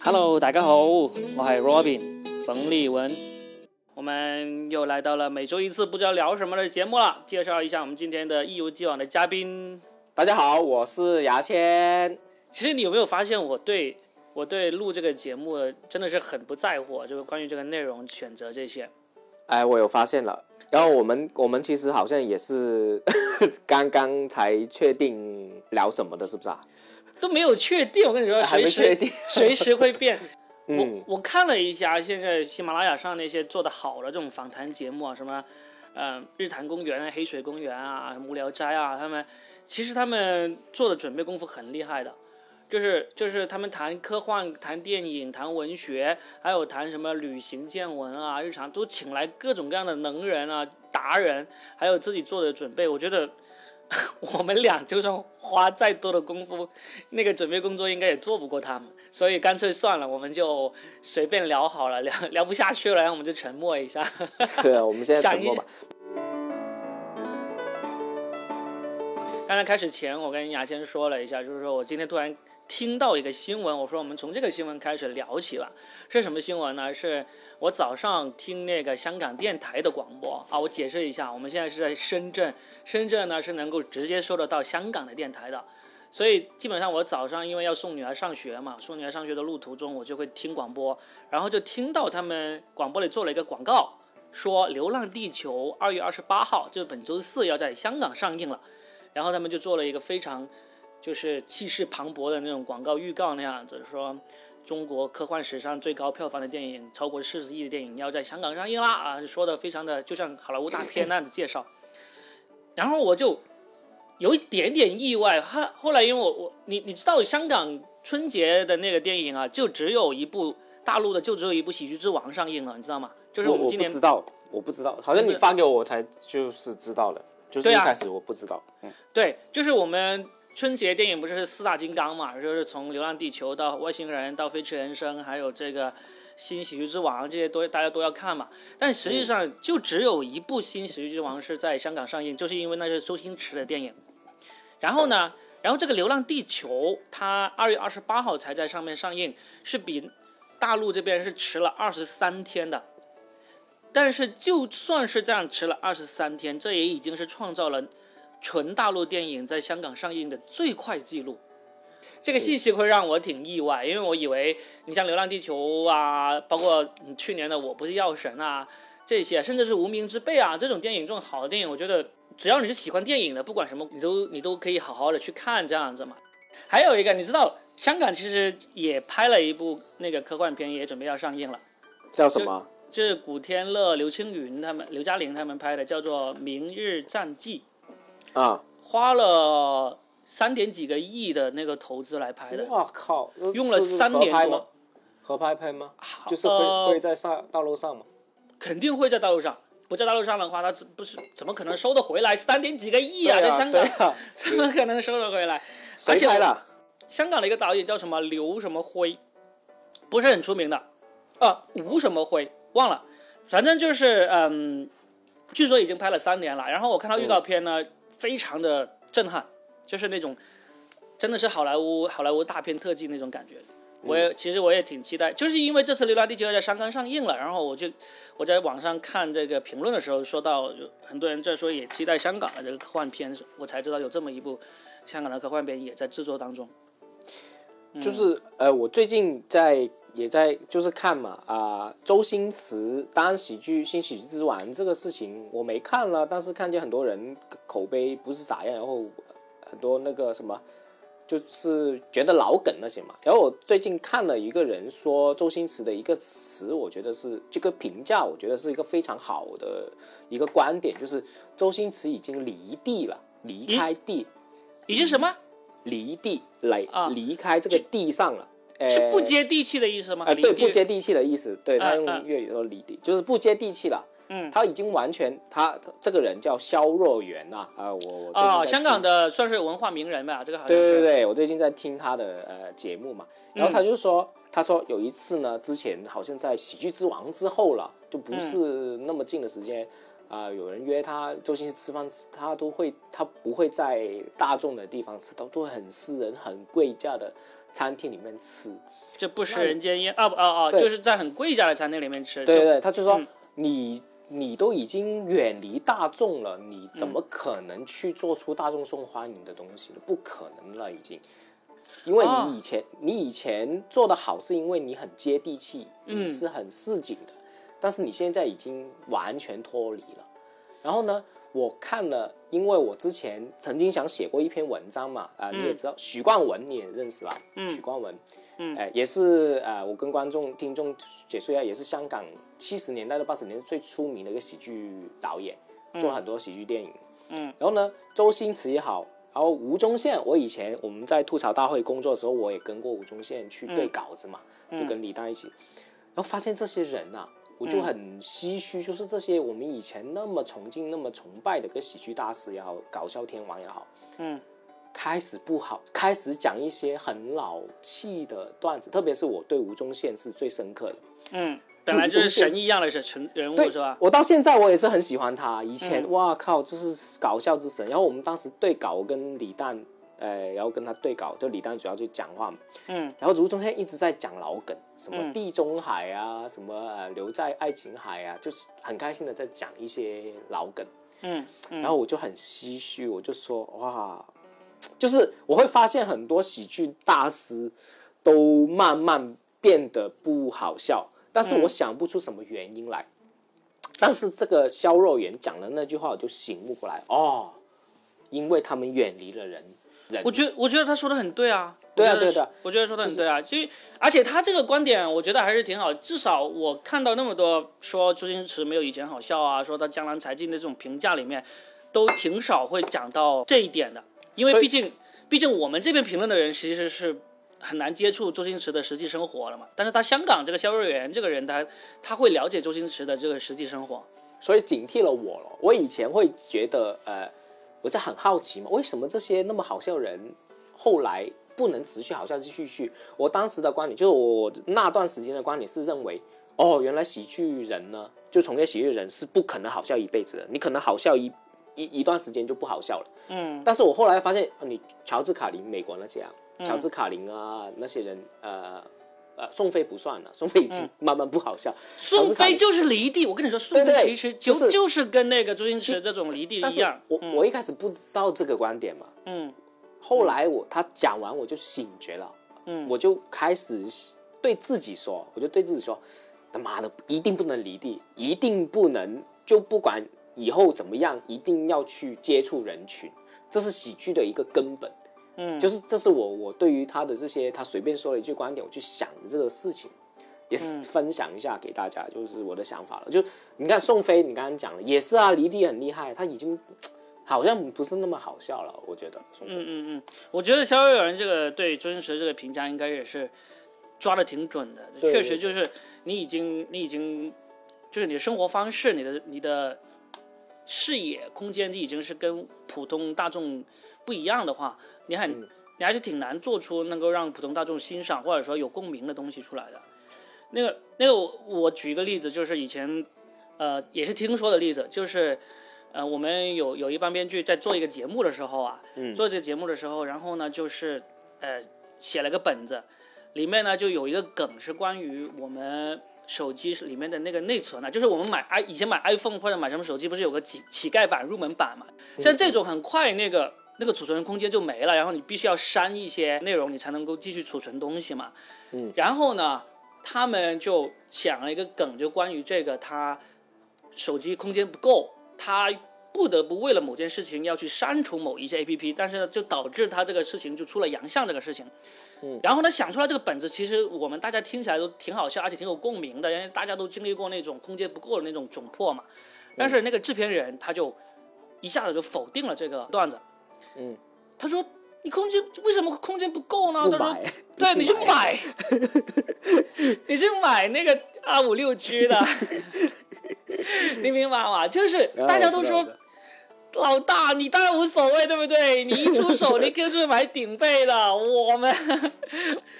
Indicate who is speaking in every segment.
Speaker 1: Hello，大家好，我系 Robin 冯立文，我们又来到了每周一次不知道聊什么的节目了。介绍一下我们今天的一如既往的嘉宾。
Speaker 2: 大家好，我是牙签。
Speaker 1: 其实你有没有发现，我对我对录这个节目真的是很不在乎，啊就是关于这个内容选择这些。
Speaker 2: 哎，我有发现了。然后我们我们其实好像也是 刚刚才确定聊什么的，是不是啊？
Speaker 1: 都没有确定，我跟你说，
Speaker 2: 还
Speaker 1: 随
Speaker 2: 没确
Speaker 1: 时
Speaker 2: 定。
Speaker 1: 随时会变。
Speaker 2: 嗯
Speaker 1: 我我看了一下，现在喜马拉雅上那些做的好的这种访谈节目啊，什么，呃，日坛公园啊、黑水公园啊、什么无聊斋啊，他们其实他们做的准备功夫很厉害的，就是就是他们谈科幻、谈电影、谈文学，还有谈什么旅行见闻啊、日常，都请来各种各样的能人啊、达人，还有自己做的准备，我觉得。 我们俩就算花再多的功夫，那个准备工作应该也做不过他们，所以干脆算了，我们就随便聊好了，聊聊不下去了，然后我们就沉默一下。
Speaker 2: 对，啊我们现在
Speaker 1: 想
Speaker 2: 沉默
Speaker 1: 一
Speaker 2: 吧。
Speaker 1: 刚才开始前，我跟雅谦说了一下，就是说我今天突然听到一个新闻，我说我们从这个新闻开始聊起吧。是什么新闻呢？是我早上听那个香港电台的广播啊。我解释一下，我们现在是在深圳，深圳呢是能够直接收得到香港的电台的。所以基本上我早上因为要送女儿上学嘛，送女儿上学的路途中我就会听广播，然后就听到他们广播里做了一个广告，说《流浪地球》二月二十八号，就是本周四要在香港上映了。然后他们就做了一个非常就是气势磅礴的那种广告预告那样子，说中国科幻史上最高票房的电影，超过四十亿的电影要在香港上映啦啊，说的非常的就像好莱坞大片那样的介绍。然后我就有一点点意外，后后来因为我我你你知道香港春节的那个电影啊，就只有一部大陆的就只有一部《喜剧之王》上映了，你知道吗？就是
Speaker 2: 我
Speaker 1: 们
Speaker 2: 我
Speaker 1: 今
Speaker 2: 不
Speaker 1: 年
Speaker 2: 知道，我不知道，好像你发给我，我才就是知道的。就是
Speaker 1: 对
Speaker 2: 一
Speaker 1: 啊
Speaker 2: 开始我不知道。嗯
Speaker 1: 对，就是我们春节电影不是四大金刚嘛，就是从《流浪地球》到《外星人》到《飞驰人生》，还有这个《新喜剧之王》这些都大家都要看嘛。但实际上就只有一部《新喜剧之王》是在香港上映，就是因为那是周星驰的电影。然后呢，然后这个《流浪地球》它二月二十八号才在上面上映，是比大陆这边是迟了二十三天的。但是就算是这样迟了二十三天，这也已经是创造了纯大陆电影在香港上映的最快记录。这个信息会让我挺意外，因为我以为你像《流浪地球》啊，包括嗯去年的《我不是药神》啊，这些甚至是《无名之辈》啊这种电影，这种好的电影，我觉得只要你是喜欢电影的，不管什么，你都你都可以好好的去看这样子嘛。还有一个，你知道香港其实也拍了一部那个科幻片，也准备要上映了。
Speaker 2: 叫什么？
Speaker 1: 就是古天乐、刘青云他们、刘嘉玲他们拍的，叫做《明日战记》。
Speaker 2: 啊！
Speaker 1: 花了三点几个亿的那个投资来拍的，
Speaker 2: 哇靠！这
Speaker 1: 用了
Speaker 2: 是是
Speaker 1: 三年
Speaker 2: 合拍
Speaker 1: 多
Speaker 2: 吗？，合拍拍吗？就是
Speaker 1: 呃
Speaker 2: 会会在上大陆上吗？
Speaker 1: 肯定会在大陆上。不在大陆上的话，他怎不是怎么可能收得回来三点几个亿
Speaker 2: 对
Speaker 1: 在
Speaker 2: 啊，
Speaker 1: 香
Speaker 2: 对
Speaker 1: 港
Speaker 2: 啊。
Speaker 1: 怎么可能收得回来？而
Speaker 2: 谁
Speaker 1: 且
Speaker 2: 拍的？啊
Speaker 1: 香港的一个导演叫什么刘什么辉，不是很出名的，啊，吴什么辉忘了，反正就是嗯，据说已经拍了三年了。然后我看到预告片呢，非常的震撼，就是那种真的是好莱坞好莱坞大片特技那种感觉。我也其实我也挺期待，就是因为这次《流浪地球》在香港上映了，然后我就我在网上看这个评论的时候，说到有很多人在说也期待香港的这个科幻片，我才知道有这么一部香港的科幻片也在制作当中。
Speaker 2: 就是呃，我最近在也在就是看嘛啊、周星驰当喜剧新喜剧之王这个事情我没看了，但是看见很多人口碑不是咋样，然后很多那个什么。就是觉得老梗那些嘛，然后我最近看了一个人说周星驰的一个词，我觉得是这个评价，我觉得是一个非常好的一个观点，就是周星驰已经离地了，离开地，
Speaker 1: 已经什么？
Speaker 2: 离地来
Speaker 1: 啊
Speaker 2: 离开这个地上了，
Speaker 1: 是
Speaker 2: 呃
Speaker 1: 不接地气的意思吗？
Speaker 2: 啊，对，
Speaker 1: 离地
Speaker 2: 不接地气的意思，对
Speaker 1: 啊
Speaker 2: 他
Speaker 1: 啊
Speaker 2: 用粤语说离地，就是不接地气了。
Speaker 1: 嗯
Speaker 2: 他已经完全，他这个人叫肖若元呐，啊，我我最近
Speaker 1: 啊、
Speaker 2: 在
Speaker 1: 香港
Speaker 2: 听，
Speaker 1: 的算是文化名人吧，这个好像
Speaker 2: 对对
Speaker 1: 是
Speaker 2: 对，我最近在听他的呃节目嘛，然后他就说，他说有一嗯次呢，之前好像在《喜剧之王》之后了，就不是那么近的时间，啊、有人约他周星驰吃饭，他都会他不会在大众的地方吃，都都会很私人、很贵价的餐厅里面吃。
Speaker 1: 这不食人间烟啊不啊啊，
Speaker 2: 对
Speaker 1: 就是在很贵价的餐厅里面吃，
Speaker 2: 对
Speaker 1: 就
Speaker 2: 对，他就说、
Speaker 1: 嗯
Speaker 2: 你你都已经远离大众了，你怎么可能去做出大众受欢迎的东西呢？不可能了，已经。因为
Speaker 1: 哦
Speaker 2: 你以前、你以前做的好，是因为你很接地气，
Speaker 1: 嗯
Speaker 2: 你是很市井的，但是你现在已经完全脱离了。然后呢，我看了，因为我之前曾经想写过一篇文章嘛，啊、你也知道、许冠文你也认识吧？
Speaker 1: 嗯
Speaker 2: 许冠文，
Speaker 1: 嗯
Speaker 2: 哎、也是呃，我跟观众听众解说一下，也是香港七十年代到八十年代最出名的一个喜剧导演，做了很多喜剧电影。
Speaker 1: 嗯，
Speaker 2: 然后呢，周星驰也好，然后吴宗宪，我以前我们在吐槽大会工作的时候，我也跟过吴宗宪去对稿子嘛，就跟李诞一起，然后发现这些人啊。我就很唏嘘，就是这些我们以前那么崇敬、那么崇拜的一个喜剧大师也好，搞笑天王也好，
Speaker 1: 嗯
Speaker 2: 开始不好，开始讲一些很老气的段子，特别是我对吴宗宪是最深刻的。
Speaker 1: 嗯，本来就是神一样的神人物
Speaker 2: 对，
Speaker 1: 是吧？
Speaker 2: 我到现在我也是很喜欢他。以前、哇靠，就是搞笑之神。然后我们当时对稿，我跟李诞，呃，然后跟他对稿，就李诞主要就讲话嘛。
Speaker 1: 嗯。
Speaker 2: 然后吴宗宪一直在讲老梗，什么
Speaker 1: 嗯
Speaker 2: 地中海啊，什么呃留在爱琴海啊，就是很开心的在讲一些老梗。
Speaker 1: 嗯嗯，
Speaker 2: 然后我就很唏嘘，我就说哇，就是我会发现很多喜剧大师都慢慢变得不好笑，但是
Speaker 1: 嗯
Speaker 2: 我想不出什么原因来。但是这个肖若元讲的那句话，我就醒悟过来哦，因为他们远离了人，人
Speaker 1: 我觉得我觉得他说的很对啊。
Speaker 2: 对啊
Speaker 1: 我觉得
Speaker 2: 对的，
Speaker 1: 我觉得说的很对啊。其实，而且他这个观点，我觉得还是挺好。至少我看到那么多说周星驰没有以前好笑啊，说他江郎才尽的这种评价里面，都挺少会讲到这一点的。因为
Speaker 2: 所以
Speaker 1: 毕竟，毕竟我们这边评论的人其实是很难接触周星驰的实际生活了嘛。但是他香港这个肖若元这个人，他他会了解周星驰的这个实际生活。
Speaker 2: 所以警惕了我了。我以前会觉得，呃，我在很好奇嘛，为什么这些那么好笑的人后来不能持续好笑继续？我当时的观点就是，我那段时间的观点是认为，哦，原来喜剧人呢，就从业喜剧人是不可能好笑一辈子的，你可能好笑一一一段时间就不好笑了。
Speaker 1: 嗯
Speaker 2: 但是我后来发现，呃你乔治卡林美国那些啊，乔治卡林啊那些人，呃。呃，宋飞不算了，宋飞已经慢慢不好笑。乔
Speaker 1: 宋
Speaker 2: 治卡
Speaker 1: 飞
Speaker 2: 林
Speaker 1: 嗯就是离地，我跟你说，宋
Speaker 2: 对
Speaker 1: 飞
Speaker 2: 对
Speaker 1: 其实
Speaker 2: 就是
Speaker 1: 就是跟那个周星驰这种离地
Speaker 2: 但
Speaker 1: 一
Speaker 2: 是
Speaker 1: 样。
Speaker 2: 我、我一开始不知道这个观点嘛，
Speaker 1: 嗯
Speaker 2: 后来我他讲完我就醒觉了，
Speaker 1: 嗯
Speaker 2: 我就开始对自己说，我就对自己说，他妈的一定不能离地，一定不能就不管以后怎么样，一定要去接触人群，这是喜剧的一个根本。
Speaker 1: 嗯
Speaker 2: 就是这是我我对于他的这些他随便说了一句观点，我去想的这个事情，也
Speaker 1: 嗯
Speaker 2: 是分享一下给大家，就是我的想法了。就你看宋飞，你刚刚讲了，也是啊，离地很厉害，他已经好像不是那么好笑了，我觉得宋飞。
Speaker 1: 嗯嗯，我觉得肖友元这个对周星驰这个评价应该也是抓的挺准的，
Speaker 2: 对
Speaker 1: 确实就是你已经你已经就是你的生活方式，你的你的呃视野空间，你已经是跟普通大众不一样的话，你很、你还是挺难做出能够让普通大众欣赏或者说有共鸣的东西出来的。那个那个我，我举一个例子，就是以前呃也是听说的例子，就是呃我们有有一帮编剧在做一个节目的时候啊，做这个节目的时候，然后呢就是呃写了个本子，里面呢就有一个梗是关于我们。手机是里面的那个内存啊，就是我们买 i 以前买 iPhone 或者买什么手机，不是有个乞乞丐版、入门版嘛？像这种很快那个那个储存空间就没了，然后你必须要删一些内容，你才能够继续储存东西嘛。嗯，然后呢，他们就想了一个梗，就关于这个他手机空间不够，他不得不为了某件事情要去删除某一些 A P P，但是呢，就导致他这个事情就出了洋相这个事情。嗯，然后呢，想出来这个本子，其实我们大家听起来都挺好笑，而且挺有共鸣的，因为大家都经历过那种空间不够的那种窘迫嘛。
Speaker 2: 嗯
Speaker 1: 但是那个制片人他就一下子就否定了这个段子。
Speaker 2: 嗯，
Speaker 1: 他说你空间为什么空间不够呢？
Speaker 2: 不
Speaker 1: 他说
Speaker 2: 买，
Speaker 1: 对，你去
Speaker 2: 不买
Speaker 1: 买，你去买那个二五六 G 的，你明白吗？就是
Speaker 2: 然后
Speaker 1: 大家
Speaker 2: 我
Speaker 1: 都
Speaker 2: 知
Speaker 1: 说
Speaker 2: 道的
Speaker 1: 老大，你当然无所谓，对不对？你一出手，你就是买顶配的。我们，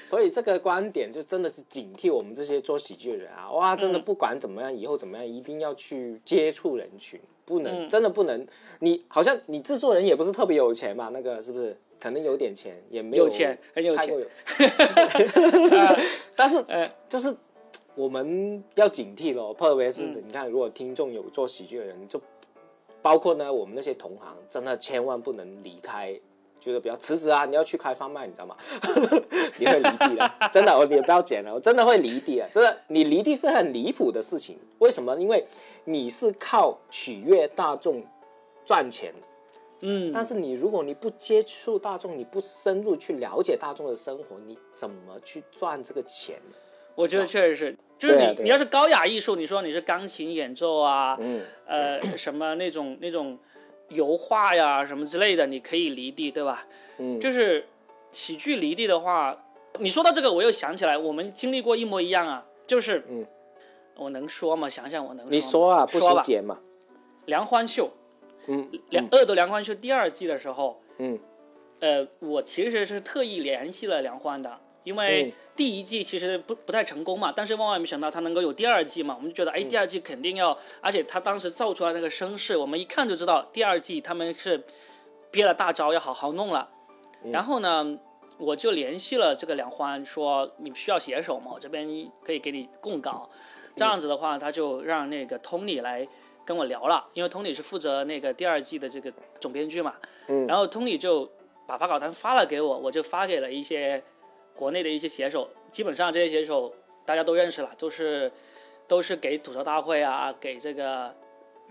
Speaker 2: 所以这个观点就真的是警惕我们
Speaker 1: 嗯
Speaker 2: 这些做喜剧的人啊，哇，真的不管怎么样，以后怎么样，一定要去接触人群，不
Speaker 1: 嗯
Speaker 2: 能，真的不能。你好像你制作人也不是特别有钱吧？那个是不是？可能有点钱，也没
Speaker 1: 有钱，很有
Speaker 2: 太过
Speaker 1: 钱。
Speaker 2: 有。但是
Speaker 1: 呃
Speaker 2: 就是我们要警惕咯，特别是
Speaker 1: 嗯
Speaker 2: 你看，如果听众有做喜剧的人，就包括呢我们那些同行，真的千万不能离开。就是不要辞职啊！你要去开贩卖，你知道吗？ 你会离 地的，真的，我也不要剪了，我真的会离地的。真的，你离地是很离谱的事情。为什么？因为你是靠取悦大众赚钱的
Speaker 1: 嗯，
Speaker 2: 但是你如果你不接触大众，你不深入去了解大众的生活，你怎么去赚这个钱呢？
Speaker 1: 我觉得确实是，就是
Speaker 2: 对啊
Speaker 1: 你
Speaker 2: 对啊
Speaker 1: 你要是高雅艺术，你说你是钢琴演奏啊，
Speaker 2: 嗯，
Speaker 1: 呃，什么那种那种油画呀什么之类的，你可以离地，对吧？
Speaker 2: 嗯
Speaker 1: 就是喜剧离地的话，你说到这个，我又想起来，我们经历过一模一样啊，就是，
Speaker 2: 嗯，
Speaker 1: 我能说吗？想想我能
Speaker 2: 你
Speaker 1: 说
Speaker 2: 说
Speaker 1: 吗
Speaker 2: 啊，不
Speaker 1: 说
Speaker 2: 行
Speaker 1: 吧。
Speaker 2: 剪嘛，
Speaker 1: 梁欢秀，
Speaker 2: 嗯
Speaker 1: 梁《恶毒梁欢秀》第二季的时候，
Speaker 2: 嗯，
Speaker 1: 呃，我其实是特意联系了梁欢的，因为
Speaker 2: 嗯
Speaker 1: 第一季其实不不太成功嘛，但是万万没想到他能够有第二季嘛，我们就觉得哎，
Speaker 2: 嗯
Speaker 1: 第二季肯定要，而且他当时造出来那个声势，我们一看就知道第二季他们是憋了大招要好好弄了。
Speaker 2: 嗯
Speaker 1: 然后呢，我就联系了这个梁欢，说你需要写手吗？我这边可以给你供稿。这样子的话，他就让那个 Tony 来跟我聊了，因为 Tony 是负责那个第二季的这个总编剧嘛。
Speaker 2: 嗯
Speaker 1: 然后 Tony 就把发稿单发了给我，我就发给了一些国内的一些写手，基本上这些写手大家都认识了，都是都是给吐槽大会啊，给这个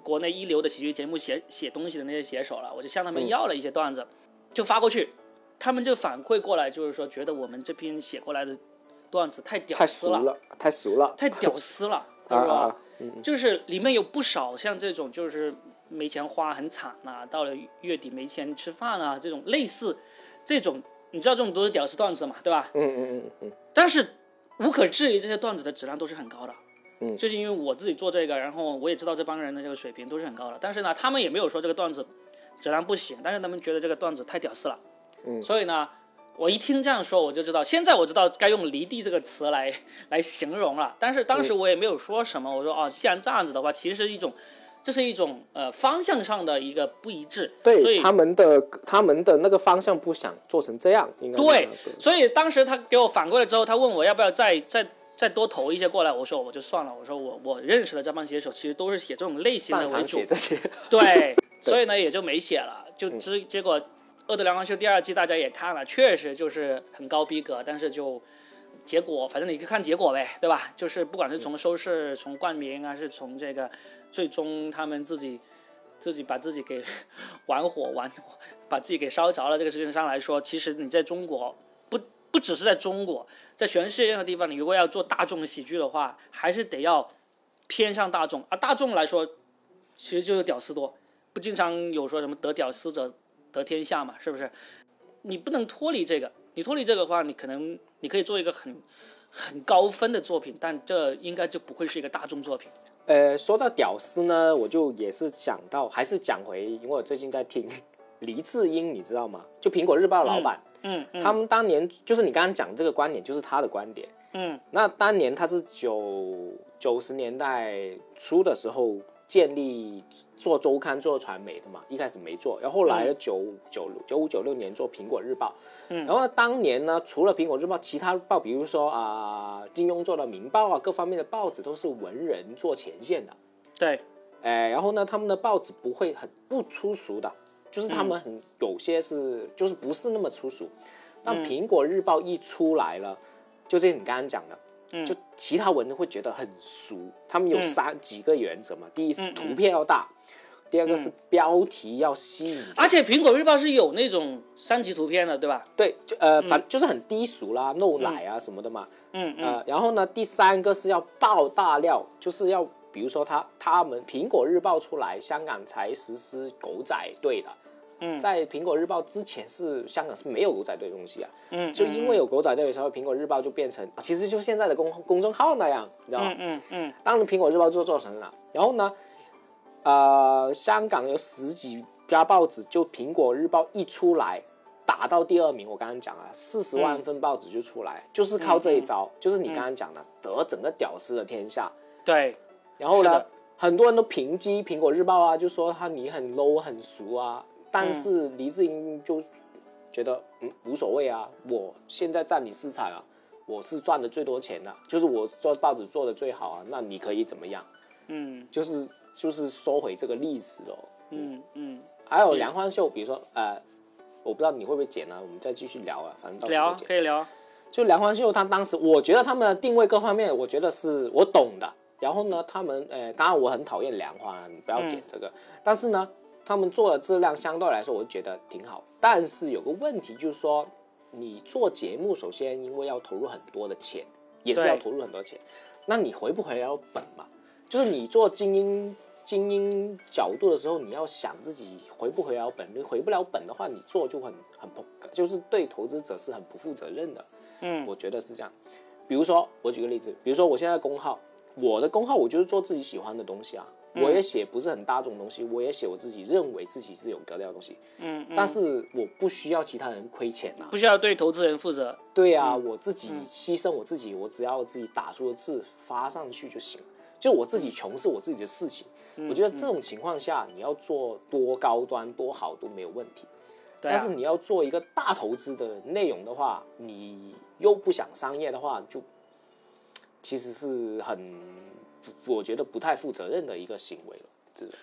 Speaker 1: 国内一流的喜剧节目写写东西的那些写手了，我就向他
Speaker 2: 嗯
Speaker 1: 们要了一些段子，就发过去，他们就反馈过来，就是说觉得我们这篇写过来的段子太屌
Speaker 2: 太
Speaker 1: 丝
Speaker 2: 熟了，太熟了，
Speaker 1: 太屌丝了，他
Speaker 2: 啊
Speaker 1: 说，
Speaker 2: 啊，
Speaker 1: 就是里面有不少像这种就是没钱花很惨呐、到了月底没钱吃饭啊这种类似这种，你知道这种都是屌丝段子嘛，对吧？
Speaker 2: 嗯嗯嗯嗯
Speaker 1: 但是无可置疑，这些段子的质量都是很高的。
Speaker 2: 嗯
Speaker 1: 就是因为我自己做这个，然后我也知道这帮人的这个水平都是很高的，但是呢，他们也没有说这个段子质量不行，但是他们觉得这个段子太屌丝了。
Speaker 2: 嗯
Speaker 1: 所以呢，我一听这样说，我就知道，现在我知道该用“离地”这个词来来形容了。但是
Speaker 2: 嗯
Speaker 1: 当时我也没有说什么，我说哦，既然这样子的话，其实是一种，这是一种呃方向上的一个不一致。所以
Speaker 2: 对他们的他们的那个方向不想做成这样，应该是这
Speaker 1: 对
Speaker 2: 样说，
Speaker 1: 所以当时他给我反馈了之后，他问我要不要再再再多投一些过来，我说我就算了，我说我我认识的这帮写手其实都是写这种类型的
Speaker 2: 擅
Speaker 1: 为
Speaker 2: 长
Speaker 1: 主
Speaker 2: 写，这些，
Speaker 1: 对，所以呢也就没写了，就之结果《恶的梁皇秀》第二季大家也看了，确实就是很高逼格，但是就结果反正你就看结果呗，对吧？就是不管是从收视、从冠名，啊还是从这个最终他们自己自己把自己给玩火玩火，把自己给烧着了这个事情上来说，其实你在中国不不只是在中国，在全世界任何地方，你如果要做大众喜剧的话，还是得要偏向大众。而啊大众来说，其实就是屌丝多，不经常有说什么得屌丝者得天下嘛，是不是？你不能脱离这个，你脱离这个的话，你可能你可以做一个很很高分的作品，但这应该就不会是一个大众作品。
Speaker 2: 呃，说到屌丝呢，我就也是想到，还是讲回，因为我最近在听黎智英，你知道吗？就苹果日报老板，
Speaker 1: 嗯嗯
Speaker 2: 他们当年就是你刚刚讲这个观点，就是他的观点。
Speaker 1: 嗯
Speaker 2: 那当年他是九九十年代初的时候建立做周刊、做传媒的嘛，一开始没做，然后后来九九九五九六年做苹果日报，
Speaker 1: 嗯
Speaker 2: 然后呢当年呢，除了苹果日报，其他报比如说啊、金庸做的《明报》啊，各方面的报纸都是文人做前线的，
Speaker 1: 对，
Speaker 2: 哎，然后呢，他们的报纸不会很不粗俗的，就是他们很、有些是就是不是那么粗俗。但
Speaker 1: 嗯
Speaker 2: 苹果日报一出来了，就是你刚刚讲的，
Speaker 1: 嗯
Speaker 2: 就其他文会觉得很俗。他们有
Speaker 1: 嗯
Speaker 2: 三、几个原则嘛，第一是
Speaker 1: 嗯嗯嗯
Speaker 2: 图片要大，第二个是标题要吸引人，
Speaker 1: 而且苹果日报是有那种三级图片的，对吧？
Speaker 2: 对，就呃，反就是很低俗啦，露奶啊什么的嘛。
Speaker 1: 嗯嗯
Speaker 2: 呃，然后呢，第三个是要爆大料，就是要比如说他他们苹果日报出来，香港才实施狗仔队的。
Speaker 1: 嗯
Speaker 2: 在苹果日报之前是香港是没有狗仔队的东西啊，
Speaker 1: 嗯，
Speaker 2: 就因为有狗仔队的时候，苹果日报就变成其实就现在的公公众号那样，你知道吗？
Speaker 1: 嗯嗯嗯
Speaker 2: 当然苹果日报就做成了，然后呢，呃，香港有十几家报纸，就苹果日报一出来。打到第二名，我刚刚讲啊，四十万
Speaker 1: 嗯
Speaker 2: 份报纸就出来，就是靠这一招，就是你刚刚讲的，得整个屌丝的天下。
Speaker 1: 嗯，对，
Speaker 2: 然后
Speaker 1: 是
Speaker 2: 呢
Speaker 1: 的，
Speaker 2: 很多人都评击《苹果日报》啊，就说他你很 low 很俗啊，但
Speaker 1: 嗯
Speaker 2: 是黎智英就觉得嗯无所谓啊，我现在占领市场啊，我是赚的最多钱的、就是我做报纸做的最好啊，那你可以怎么样？
Speaker 1: 嗯
Speaker 2: 就是就是说回这个历史哦。
Speaker 1: 嗯嗯，
Speaker 2: 还有梁欢秀，比如说呃，我不知道你会不会剪啊，我们再继续聊啊，反正到时
Speaker 1: 聊
Speaker 2: 候再剪。
Speaker 1: 可以聊，
Speaker 2: 就梁欢秀，他当时我觉得他们的定位各方面，我觉得是我懂的。然后呢，他们呃，当然我很讨厌梁欢，你不要剪这个。但是呢，他们做的质量相对来说，我觉得挺好。但是有个问题就是说，你做节目，首先因为要投入很多的钱，也是
Speaker 1: 对
Speaker 2: 要投入很多钱，那你回不回来本嘛？就是你做精英精英角度的时候，你要想自己回不回了本。你回不了本的话，你做就很很不，就是对投资者是很不负责任的。
Speaker 1: 嗯
Speaker 2: 我觉得是这样。比如说，我举个例子，比如说我现在公号，我的公号我就是做自己喜欢的东西啊，
Speaker 1: 嗯
Speaker 2: 我也写不是很大众的东西，我也写我自己认为自己是有格调的东西，
Speaker 1: 嗯嗯，
Speaker 2: 但是我不需要其他人亏钱啊。
Speaker 1: 不需要对投资人负责，
Speaker 2: 对啊，
Speaker 1: 嗯
Speaker 2: 我自己牺牲我自己，我只要自己打出的字发上去就行了。就我自己穷是我自己的事情，
Speaker 1: 嗯
Speaker 2: 我觉得这种情况下，你要做多高端多好都没有问题。
Speaker 1: 对
Speaker 2: 但
Speaker 1: 啊
Speaker 2: 是你要做一个大投资的内容的话，你又不想商业的话，就其实是很，我觉得不太负责任的一个行为了。这种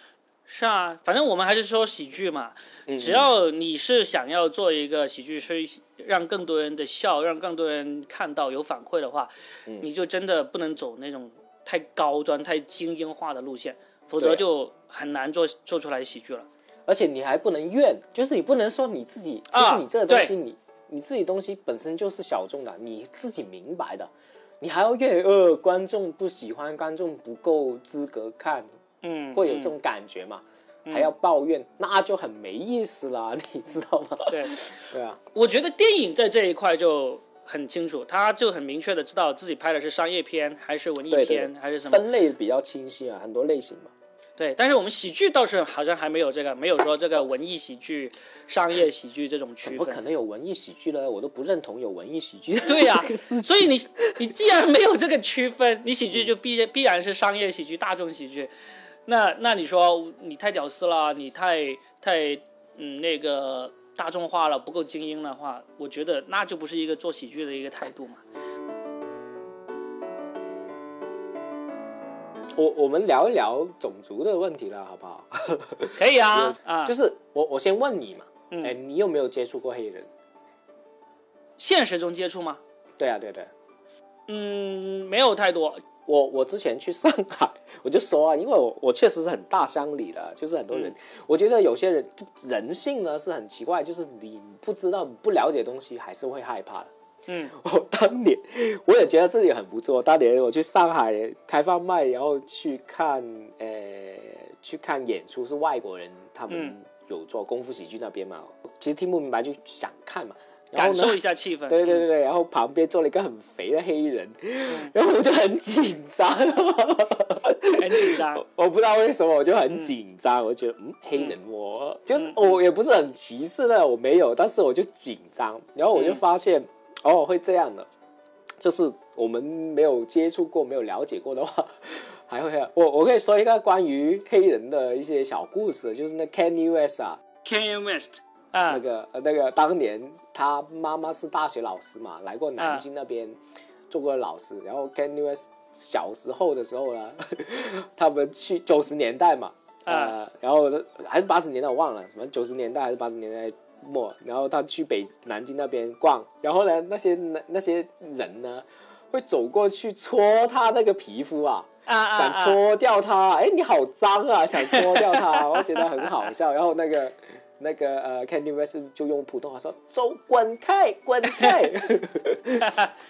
Speaker 1: 是啊，反正我们还是说喜剧嘛，
Speaker 2: 嗯
Speaker 1: 只要你是想要做一个喜剧，是让更多人的笑，让更多人看到有反馈的话，
Speaker 2: 嗯
Speaker 1: 你就真的不能走那种太高端、太精英化的路线，否则
Speaker 2: 对
Speaker 1: 就很难做做出来喜剧了。
Speaker 2: 而且你还不能怨，就是你不能说你自己，
Speaker 1: 啊
Speaker 2: 就是你这个东
Speaker 1: 对
Speaker 2: 西你，你自己东西本身就是小众的，你自己明白的，你还要怨呃观众不喜欢，观众不够资格看，
Speaker 1: 嗯，
Speaker 2: 会有这
Speaker 1: 嗯
Speaker 2: 种感觉嘛？还要抱怨，那就很没意思啦， 你知道吗？
Speaker 1: 对，
Speaker 2: 对啊，
Speaker 1: 我觉得电影在这一块就很清楚，他就很明确的知道自己拍的是商业片还是文艺
Speaker 2: 对
Speaker 1: 片
Speaker 2: 对
Speaker 1: 还是什么。
Speaker 2: 分类比较清晰啊，很多类型嘛。
Speaker 1: 对，但是我们喜剧倒是好像还没有这个，没有说这个文艺喜剧、商业喜剧这种
Speaker 2: 怎
Speaker 1: 区
Speaker 2: 么可
Speaker 1: 分。
Speaker 2: 能有文艺喜剧呢？我都不认同有文艺喜剧。
Speaker 1: 对呀、所以你你既然没有这个区分，你喜剧就必必然是商业喜剧、大众喜剧。那那你说你太屌丝了，你太太嗯那个大众化了，不够精英的话，我觉得那就不是一个做喜剧的一个态度嘛。
Speaker 2: 我我们聊一聊种族的问题了，好不好？
Speaker 1: 可以啊啊
Speaker 2: 就！是我我先问你嘛，
Speaker 1: 嗯
Speaker 2: 哎，你有没有接触过黑人？
Speaker 1: 现实中接触吗？
Speaker 2: 对啊，对对，
Speaker 1: 嗯，没有太多。
Speaker 2: 我我之前去上海，我就说啊，因为我我确实是很大乡里的，就是很多
Speaker 1: 嗯
Speaker 2: 人，我觉得有些人人性呢是很奇怪，就是你不知道不了解东西，还是会害怕的。
Speaker 1: 嗯，
Speaker 2: 我当年我也觉得自己很不错。当年我去上海开放麦，然后去看呃去看演出，是外国人他们
Speaker 1: 嗯
Speaker 2: 有做功夫喜剧那边嘛，其实听不明白就想看嘛，然后
Speaker 1: 感
Speaker 2: 呢
Speaker 1: 受一下气氛。
Speaker 2: 对对对对，然后旁边坐了一个很肥的黑人，然后我就很紧张，
Speaker 1: 很紧 张。
Speaker 2: 我不知道为什么我就很紧张，我就觉得嗯，黑人我就是我也不是很歧视的，我没有，但是我就紧张，然后我就
Speaker 1: 嗯
Speaker 2: 发现、哦会这样的，就是我们没有接触过、没有了解过的话， 还会我我可以说一个关于黑人的一些小故事，就是那 Kanye West 啊，
Speaker 1: Kanye West 啊
Speaker 2: 那，个呃那个当年他妈妈是大学老师嘛，来过南京那边做过老师，然后 Kanye West 小时候的时候呢， 他们去九十年代嘛，呃，然后还是八十年代我忘了，什么九十年代还是八十年代末，然后他去北南京那边逛，然后呢那些那那些人呢会走过去搓他那个皮肤啊，
Speaker 1: 啊啊
Speaker 2: 想
Speaker 1: 啊！
Speaker 2: 搓掉它，哎、你好脏啊，想搓掉它，我觉得很好笑。然后那个那个呃，Candy West 就用普通话说“走，滚开，滚 开”，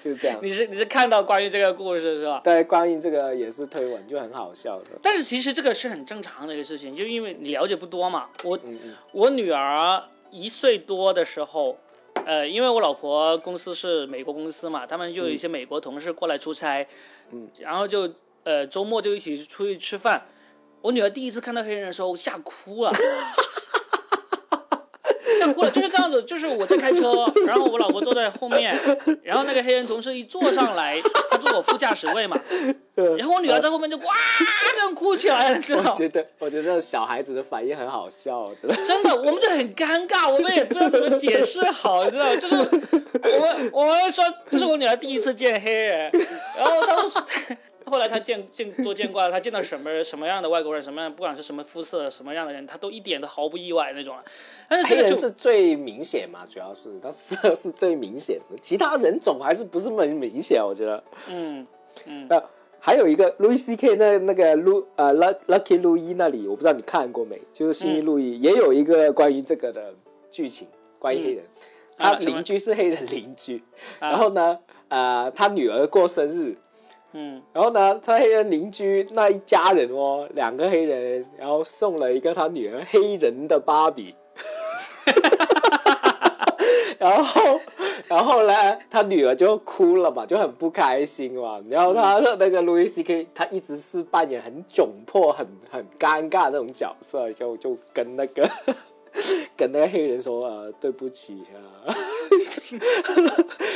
Speaker 2: 就是这样。
Speaker 1: 你是你是看到关于这个故事是吧？
Speaker 2: 对，关于这个也是推文，就很好笑 的。
Speaker 1: 但是其实这个是很正常的一个事情，就因为你了解不多嘛。我
Speaker 2: 嗯嗯
Speaker 1: 我女儿一岁多的时候，呃，因为我老婆公司是美国公司嘛，他们就有一些美国同事过来出差，
Speaker 2: 嗯，
Speaker 1: 然后就呃周末就一起出去吃饭。我女儿第一次看到黑人的时候，吓哭了。就难过了，就是这样子，就是我在开车， 然后我老婆坐在后面，然后那个黑人同事一坐上来，他坐我副驾驶位嘛，然后我女儿在后面就哇这样哭起来了，你知
Speaker 2: 我
Speaker 1: 道吗？
Speaker 2: 觉得，我觉得小孩子的反应很好笑，真的。
Speaker 1: 真的，我们就很尴尬，我们也不知道怎么解释好，你知道，就是 我们我们说 这是我女儿第一次见黑人，然后她说。 后来她见见多见惯了，她见到什么什么样的外国人，什么样不管是什么肤色、什么样的人，她都一点都毫不意外那种了。但是
Speaker 2: 黑
Speaker 1: 这个
Speaker 2: 人
Speaker 1: 就是
Speaker 2: 最明显嘛，主要是他色是最明显的，其他人种还是不是很明显，我觉得。
Speaker 1: 嗯嗯，
Speaker 2: 那还有一个 Louis C K 那那个 Lu 呃 Luck- Lucky 路易那里，我不知道你看过没，就是
Speaker 1: 嗯
Speaker 2: 新一路易、也有一个关于这个的剧情，关于黑人，他
Speaker 1: 啊什么
Speaker 2: 邻居是黑人邻居，
Speaker 1: 啊
Speaker 2: 然后呢，呃，他女儿过生日，
Speaker 1: 嗯
Speaker 2: 然后呢，他黑人邻居那一家人哦，两个黑人，然后送了一个他女儿黑人的芭比， 然后，然后呢，他女儿就哭了嘛，就很不开心嘛。然后他那个路易 C K，他一直是扮演很窘迫、很很尴尬那种角色，就就跟那个 跟那个黑人说呃对不起啊。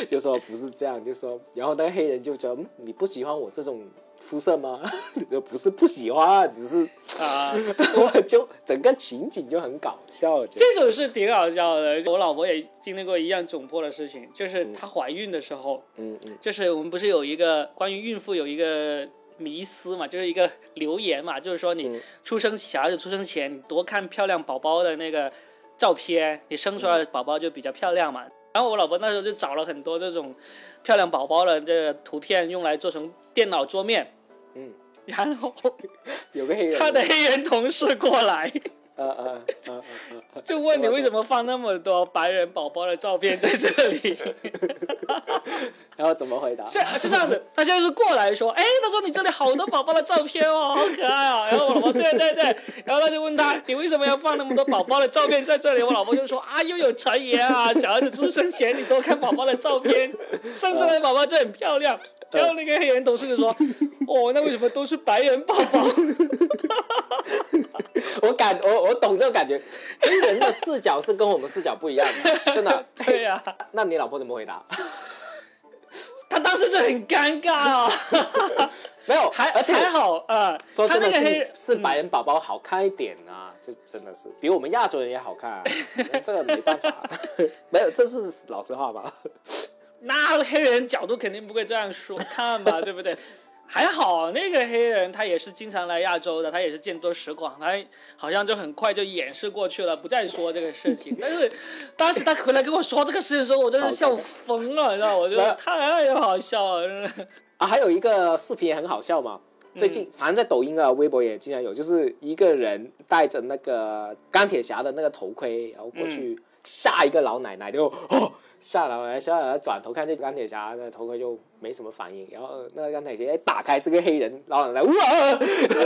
Speaker 2: 就说不是这样，就说，然后那个黑人就说，嗯，你不喜欢我这种肤色吗？ 你说不是不喜欢，只是
Speaker 1: 啊。
Speaker 2: 我就整个情景就很搞笑，我觉得
Speaker 1: 这种是挺好笑的。我老婆也经历过一样窘迫的事情，就是她怀孕的时候，
Speaker 2: 嗯嗯
Speaker 1: 就是我们不是有一个关于孕妇有一个迷思嘛，就是一个留言嘛，就是说你
Speaker 2: 嗯
Speaker 1: 出生小孩子出生前，你多看漂亮宝宝的那个照片，你生出来的宝宝就比较漂亮嘛。然后我老婆那时候就找了很多这种漂亮宝宝的这个图片，用来做成电脑桌面。
Speaker 2: 嗯，
Speaker 1: 然后
Speaker 2: 有个黑人，
Speaker 1: 她的黑人同事过来。
Speaker 2: 呃呃呃呃呃，
Speaker 1: 就问你为什么放那么多白人宝宝的照片在这里？
Speaker 2: 然后怎 么回答？
Speaker 1: 是是这样子，他现在是过来说，哎，他说你这里好多宝宝的照片哦，好可爱哦。然后我老婆对对对，然后他就问他，你为什么要放那么多宝宝的照片在这里？我老婆就说啊，又有传言啊，小孩子出生前你多看宝宝的照片，生出来的宝宝就很漂亮。然后那个黑人同事就说，哦，那为什么都是白人宝宝？
Speaker 2: 我感我我懂这 种感觉，黑人的视角是跟我们视角不一样的，真的。
Speaker 1: 对啊呀、
Speaker 2: 那你老婆怎么回答？
Speaker 1: 他当时就很尴尬啊、
Speaker 2: 没有，
Speaker 1: 还
Speaker 2: 而且
Speaker 1: 还好啊，
Speaker 2: 说
Speaker 1: 他
Speaker 2: 真
Speaker 1: 那个
Speaker 2: 的
Speaker 1: 黑
Speaker 2: 是
Speaker 1: 人嗯
Speaker 2: 是白人宝宝好看一点啊，这真的是比我们亚洲人也好看、 啊，这个没办法， 没有，这是老实话吧？
Speaker 1: 那黑人角度肯定不会这样说，看吧， 对不对？还好那个黑人他也是经常来亚洲的，他也是见多识广，他好像就很快就掩饰过去了，不再说这个事情。但是当时他回来跟我说这个事情的时候，我真是笑疯了，你知道，我觉得太好笑 了，真的。
Speaker 2: 啊，还有一个视频也很好笑嘛，最近、反正在抖音啊、微博也经常有，就是一个人戴着那个钢铁侠的那个头盔，然后过去吓一个老奶奶，就哦吓老奶奶，吓老奶奶转头看见钢铁侠的头盔就没什么反应，然后呃那个钢铁侠一打开是个黑人，老奶奶哇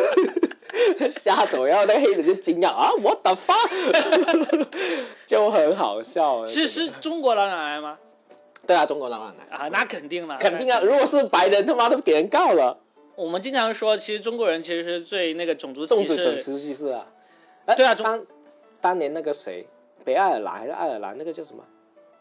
Speaker 2: 吓走，然后那个黑人就惊讶啊，what the fuck，就 很好笑。
Speaker 1: 是是中国老奶奶吗？
Speaker 2: 对啊，中国老奶奶
Speaker 1: 啊，那肯定了，
Speaker 2: 肯定啊，如果是白人，他妈都给人告了。
Speaker 1: 我们经常说，其实中国人其实是最那个种族
Speaker 2: 种
Speaker 1: 歧
Speaker 2: 族
Speaker 1: 视
Speaker 2: 省出去是啊，哎
Speaker 1: 对啊中
Speaker 2: 当当年那个谁，北爱尔兰还是爱尔兰那个叫什么，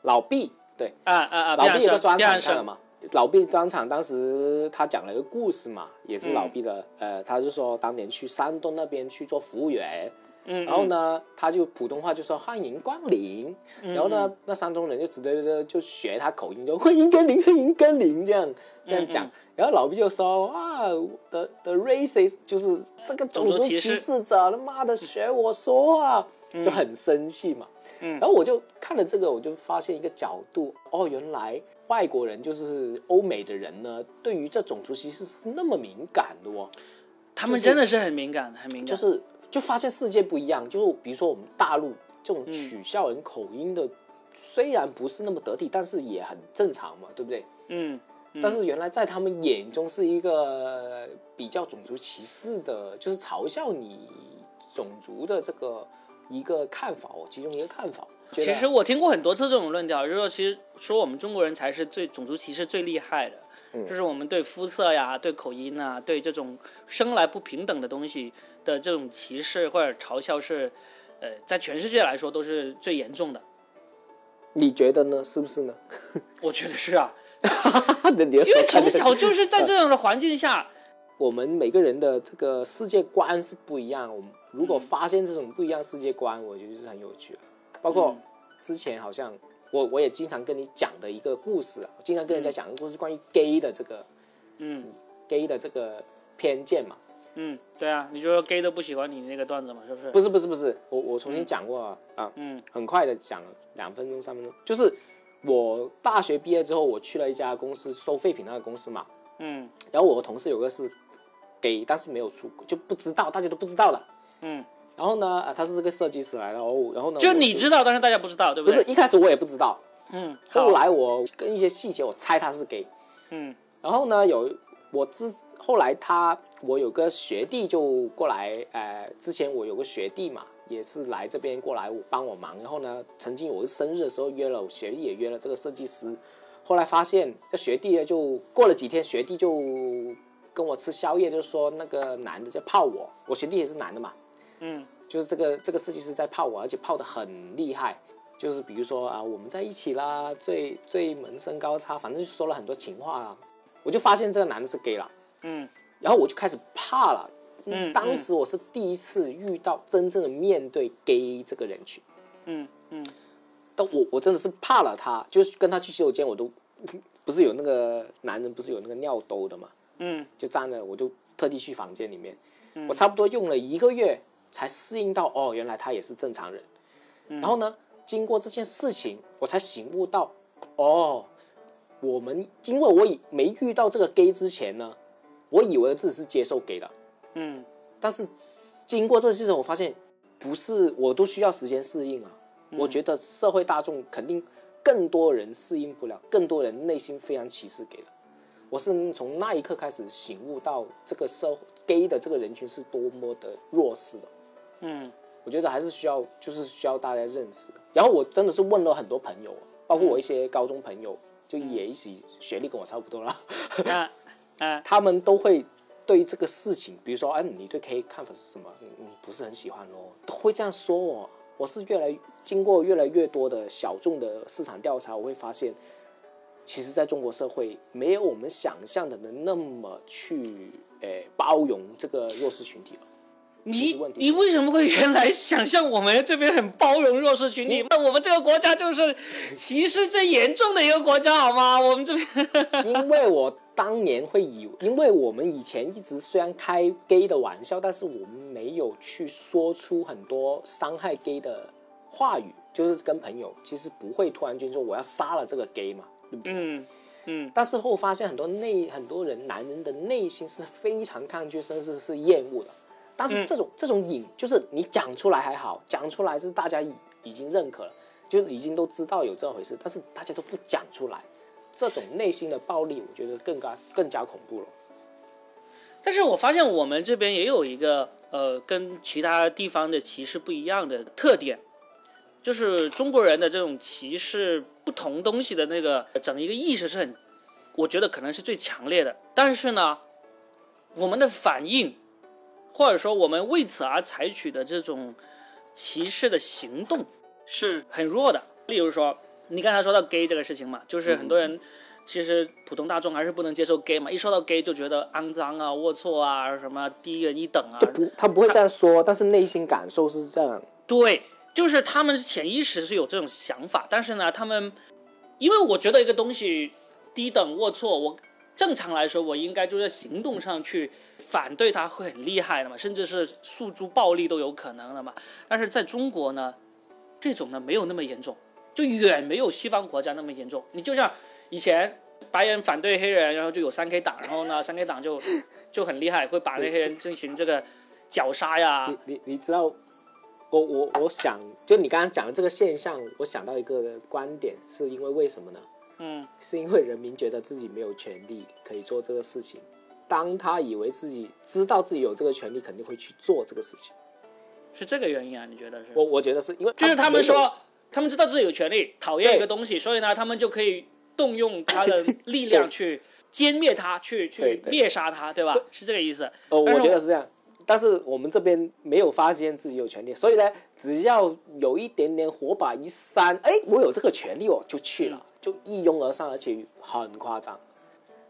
Speaker 2: 老毕，对，
Speaker 1: 啊啊啊！
Speaker 2: 老毕有个专
Speaker 1: 比
Speaker 2: 场
Speaker 1: 安
Speaker 2: 你看了
Speaker 1: 生，
Speaker 2: 吗？老毕专场当时他讲了一个故事嘛，也是老毕的，呃，他就说当年去山东那边去做服务员，
Speaker 1: 嗯，
Speaker 2: 然后呢，他就普通话就说欢迎光临，
Speaker 1: 嗯
Speaker 2: 然后呢，那山东人就直接就就学他口音，就欢迎光临，欢迎光临这样
Speaker 1: 嗯
Speaker 2: 这样讲。然后老毕就说啊，the the racist 就是这个种
Speaker 1: 种
Speaker 2: 族
Speaker 1: 族歧
Speaker 2: 歧
Speaker 1: 视
Speaker 2: 视者，他妈的学我说话，就很生气嘛。
Speaker 1: 嗯
Speaker 2: 然后我就看了这个，我就发现一个角度，哦，原来外国人就是欧美的人呢，对于这种族歧视是那么敏感的哦。
Speaker 1: 他们真的是很敏感，很敏感，
Speaker 2: 就是就发现世界不一样。就是比如说我们大陆这
Speaker 1: 嗯
Speaker 2: 种取笑人口音的，虽然不是那么得体，但是也很正常嘛，对不对？
Speaker 1: 嗯。
Speaker 2: 但是原来在他们眼中是一个比较种族歧视的，就是嘲笑你种族的这个一个看法哦，其中一个看法。觉
Speaker 1: 其
Speaker 2: 得
Speaker 1: 实我听过很多次这种论调，就是说，其实说我们中国人才是最种族歧视最厉害的，
Speaker 2: 嗯
Speaker 1: 就是我们对肤色呀、对口音啊、对这种生来不平等的东西的这种歧视或者嘲笑是，呃，在全世界来说都是最严重的。
Speaker 2: 你觉得呢？是不是呢？
Speaker 1: 我觉得是 啊，
Speaker 2: 你的
Speaker 1: 因为
Speaker 2: 手看嗯
Speaker 1: 从小
Speaker 2: 着
Speaker 1: 就是在这种的环境下，
Speaker 2: 我们每个人的这个世界观是不一样。我们如
Speaker 1: 嗯
Speaker 2: 果发现这种不一样世界观，我觉得是很有趣的。包括
Speaker 1: 嗯
Speaker 2: 之前好像我我也经常跟你讲的一个故事啊，我经常跟人家讲一个故事，关于 gay 的这个
Speaker 1: 嗯
Speaker 2: gay 的这个偏见嘛。
Speaker 1: 嗯，对啊，你就说 gay 都不喜欢你那个段子嘛，是不是？
Speaker 2: 不是不是不是，我我重新讲过啊，啊
Speaker 1: 嗯
Speaker 2: 很快的讲两分钟三分钟，就是我大学毕业之后，我去了一家公司收废品那个公司嘛，
Speaker 1: 嗯
Speaker 2: 然后我同事有个是 gay，但是没有出就不知道，大家都不知道的。
Speaker 1: 嗯，
Speaker 2: 然后呢，啊，他是这个设计师来的，然后然后呢，
Speaker 1: 就
Speaker 2: 我
Speaker 1: 你知道，但是大家不知道，对
Speaker 2: 嗯不
Speaker 1: 对？
Speaker 2: 是一开始我也不知道，
Speaker 1: 嗯，好
Speaker 2: 后，来我跟一些细节我猜他是 gay，
Speaker 1: 嗯
Speaker 2: 然后呢有我之后来他我有个学弟就过来，呃，之前我有个学弟嘛，也是来这边过来我帮我忙，然后呢，曾经我生日的时候约了我学弟也约了这个设计师，后来发现这学弟呢就过了几天，学弟就跟我吃宵夜，就说那个男的在泡我，我学弟也是男的嘛，
Speaker 1: 嗯
Speaker 2: 就是这个这个设计师在泡我，而且泡的很厉害。就是比如说啊，我们在一起啦，最最门生高差，反正就说了很多情话啦。我就发现这个男的是 gay 了，
Speaker 1: 嗯
Speaker 2: 然后我就开始怕了。
Speaker 1: 嗯
Speaker 2: 当时我是第一次遇到真正的面对 gay 这个人群，
Speaker 1: 嗯嗯
Speaker 2: 但我我真的是怕了他，就是跟他去洗手间，我都 不是有那个男人不是有那个尿兜的嘛，
Speaker 1: 嗯
Speaker 2: 就站着，我就特地去房间里面，我差不多用了一个月才适应到，哦，原来他也是正常人。然后呢，经过这件事情，我才醒悟到，哦，我们因为我以没遇到这个 gay 之前呢，我以为自己是接受 gay 的，
Speaker 1: 嗯
Speaker 2: 但是经过这事情，我发现不是，我都需要时间适应啊。我觉得社会大众肯定更多人适应不了，更多人内心非常歧视 gay 的。我是从那一刻开始醒悟到这个社会 gay 的这个人群是多么的弱势的。
Speaker 1: 嗯
Speaker 2: 我觉得还是需要，就是需要大家认识的。然后我真的是问了很多朋友，包括我一些高中朋友，就也一起学历跟我差不多啦，
Speaker 1: 嗯，啊啊
Speaker 2: 他们都会对这个事情，比如说，哎、你对 K 看法是什么？嗯嗯，不是很喜欢哦，都会这样说我。我是越来经过越来越多的小众的市场调查，我会发现，其实在中国社会没有我们想象的那么去诶、包容这个弱势群体哦了。其
Speaker 1: 你
Speaker 2: 实问题
Speaker 1: 你为什么会原来想象我们这边很包容弱势群体？那我们这个国家就是歧视最严重的一个国家，好吗？我们这
Speaker 2: 嗯
Speaker 1: 边
Speaker 2: 因为我当年会以，因为我们以前一直虽然开 gay 的玩笑，但是我们没有去说出很多伤害 gay 的话语，就是跟朋友其实不会突然间说我要杀了这个 gay 嘛，对不对？
Speaker 1: 嗯嗯
Speaker 2: 但是后发现很多内很多人男人的内心是非常抗拒，甚至是厌恶的。但是
Speaker 1: 嗯
Speaker 2: 这种、这种瘾，就是你讲出来还好，讲出来是大家已已经认可了，就是已经都知道有这回事，但是大家都不讲出来，这种内心的暴力，我觉得更加更加恐怖了。
Speaker 1: 但是我发现我们这边也有一个呃，跟其他地方的歧视不一样的特点，就是中国人的这种歧视不同东西的那个整一个意识是很，我觉得可能是最强烈的。但是呢，我们的反应，或者说我们为此而采取的这种歧视的行动是很弱的。例如说，你刚才说到 gay 这个事情嘛，就是很多人。其实普通大众还是不能接受 gay 嘛，一说到 gay 就觉得肮脏啊、龌龊啊、什么低人一等啊。
Speaker 2: 不，他不会这样说，但是内心感受是这样。
Speaker 1: 对，就是他们潜意识是有这种想法，但是呢，他们因为我觉得一个东西低等龌龊，我正常来说我应该就在行动上去反对它会很厉害的嘛，甚至是诉诸暴力都有可能的嘛。但是在中国呢，这种呢没有那么严重，就远没有西方国家那么严重。你就像以前。白人反对黑人，然后就有三 K 党，然后呢，三 K 党就就很厉害，会把那黑人进行这个绞杀呀
Speaker 2: 啊你，你你知道，我我我想，就你刚刚讲的这个现象，我想到一个观点，是因为为什么呢？
Speaker 1: 嗯
Speaker 2: 是因为人民觉得自己没有权利可以做这个事情。当他以为自己知道自己有这个权利，肯定会去做这个事情。
Speaker 1: 是这个原因啊？你觉得是？
Speaker 2: 我我觉得是因为
Speaker 1: 就是他们
Speaker 2: 没有
Speaker 1: 说，他们知道自己有权利，讨厌
Speaker 2: 对
Speaker 1: 一个东西，所以呢，他们就可以动用他的力量去歼灭它，去
Speaker 2: 对
Speaker 1: 去
Speaker 2: 对
Speaker 1: 灭杀它，对吧？是这个意思。
Speaker 2: 哦，
Speaker 1: 但
Speaker 2: 我
Speaker 1: 是
Speaker 2: 觉得是这样。但是我们这边没有发现自己有权利，所以呢，只要有一点点火把一扇，哎，我有这个权利哦，就去
Speaker 1: 嗯
Speaker 2: 了，就一拥而上，而且很夸张。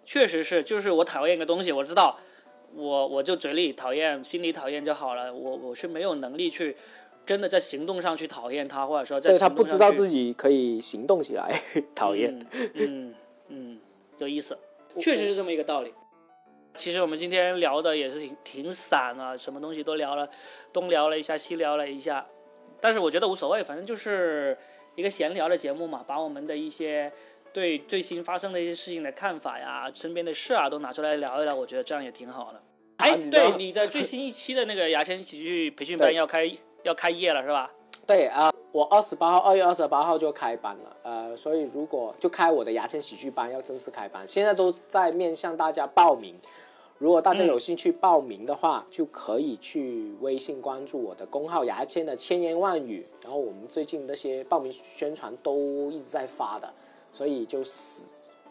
Speaker 1: 确实是，就是我讨厌一个东西，我知道，我我就嘴里讨厌，心里讨厌就好了，我我是没有能力去真的在行动上去讨厌他，或者说在
Speaker 2: 对
Speaker 1: 行
Speaker 2: 他
Speaker 1: 动
Speaker 2: 不知
Speaker 1: 上
Speaker 2: 道
Speaker 1: 去
Speaker 2: 自己可以行动起来， 讨厌。
Speaker 1: 嗯嗯嗯，有意思，嗯确实是这么一个道理。其实我们今天聊的也是挺挺散啊，什么东西都聊了，东聊了一下，西聊了一下，但是我觉得无所谓，反正就是一个闲聊的节目嘛，把我们的一些对最新发生的一些事情的看法呀，身边的事啊，都拿出来聊一聊，我觉得这样也挺好的。哎，
Speaker 2: 你知道
Speaker 1: 对，你的最新一期的那个牙签喜剧培训班
Speaker 2: 对
Speaker 1: 要开要开业了是吧？
Speaker 2: 对啊，我二十八号，二月二十八号就开班了，呃，所以如果就开我的牙签喜剧班，要正式开班，现在都在面向大家报名。如果大家有兴趣报名的话，就可以去微信关注我的公号“牙签”的千言万语，然后我们最近那些报名宣传都一直在发的，所以就是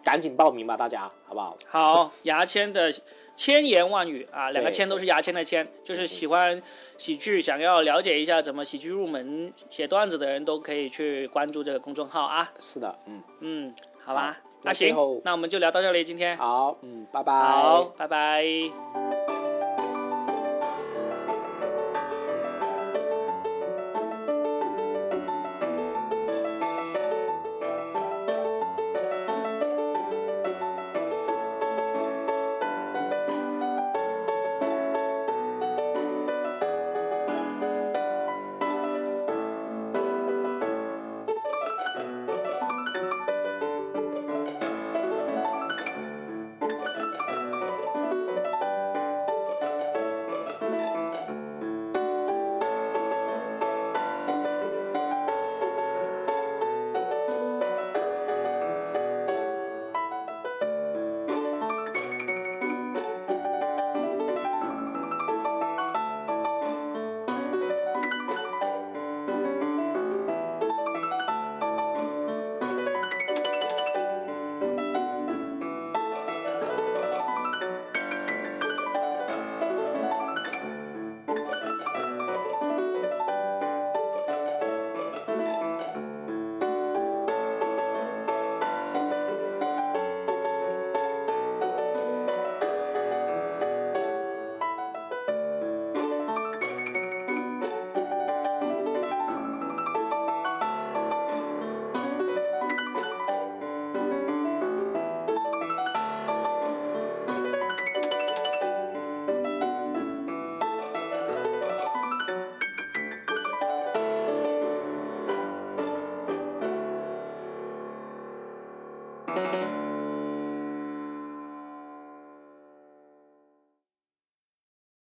Speaker 2: 赶紧报名吧，大家好不好？
Speaker 1: 好，牙签的千言万语啊，两个
Speaker 2: 对
Speaker 1: 签都是牙签的签，就是喜欢喜剧，想要了解一下怎么喜剧入门写段子的人都可以去关注这个公众号啊。
Speaker 2: 是的，嗯，
Speaker 1: 嗯，好吧，
Speaker 2: 好
Speaker 1: 那
Speaker 2: 那最
Speaker 1: 行
Speaker 2: 后，
Speaker 1: 那我们就聊到这里，今天
Speaker 2: 好，嗯，拜拜。
Speaker 1: 好，拜拜。